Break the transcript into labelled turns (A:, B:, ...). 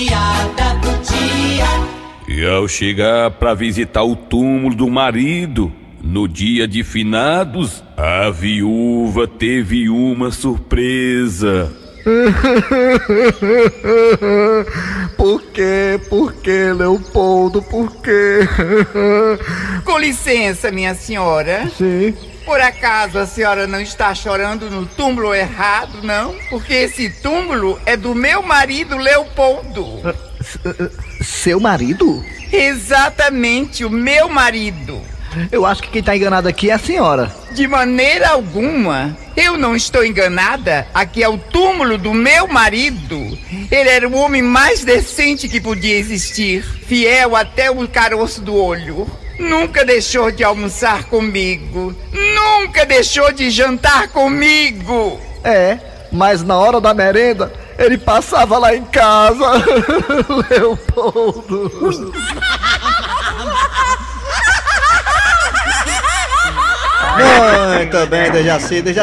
A: piada do dia.
B: E ao chegar para visitar o túmulo do marido, no dia de finados, a viúva teve uma surpresa.
C: Por quê? Por quê, Leopoldo? Por quê?
D: Com licença, minha senhora.
C: Sim.
D: Por acaso a senhora não está chorando no túmulo errado, não? Porque esse túmulo é do meu marido Leopoldo.
C: Seu marido?
D: Exatamente, o meu marido.
C: Eu acho que quem tá enganado aqui é a senhora.
D: De maneira alguma, eu não estou enganada. Aqui é o túmulo do meu marido. Ele era o homem mais decente que podia existir, fiel até o caroço do olho. Nunca deixou de almoçar comigo, nunca deixou de jantar comigo.
C: É, mas na hora da merenda, ele passava lá em casa. Leopoldo. Muito bem, Dejaci, Dejaci.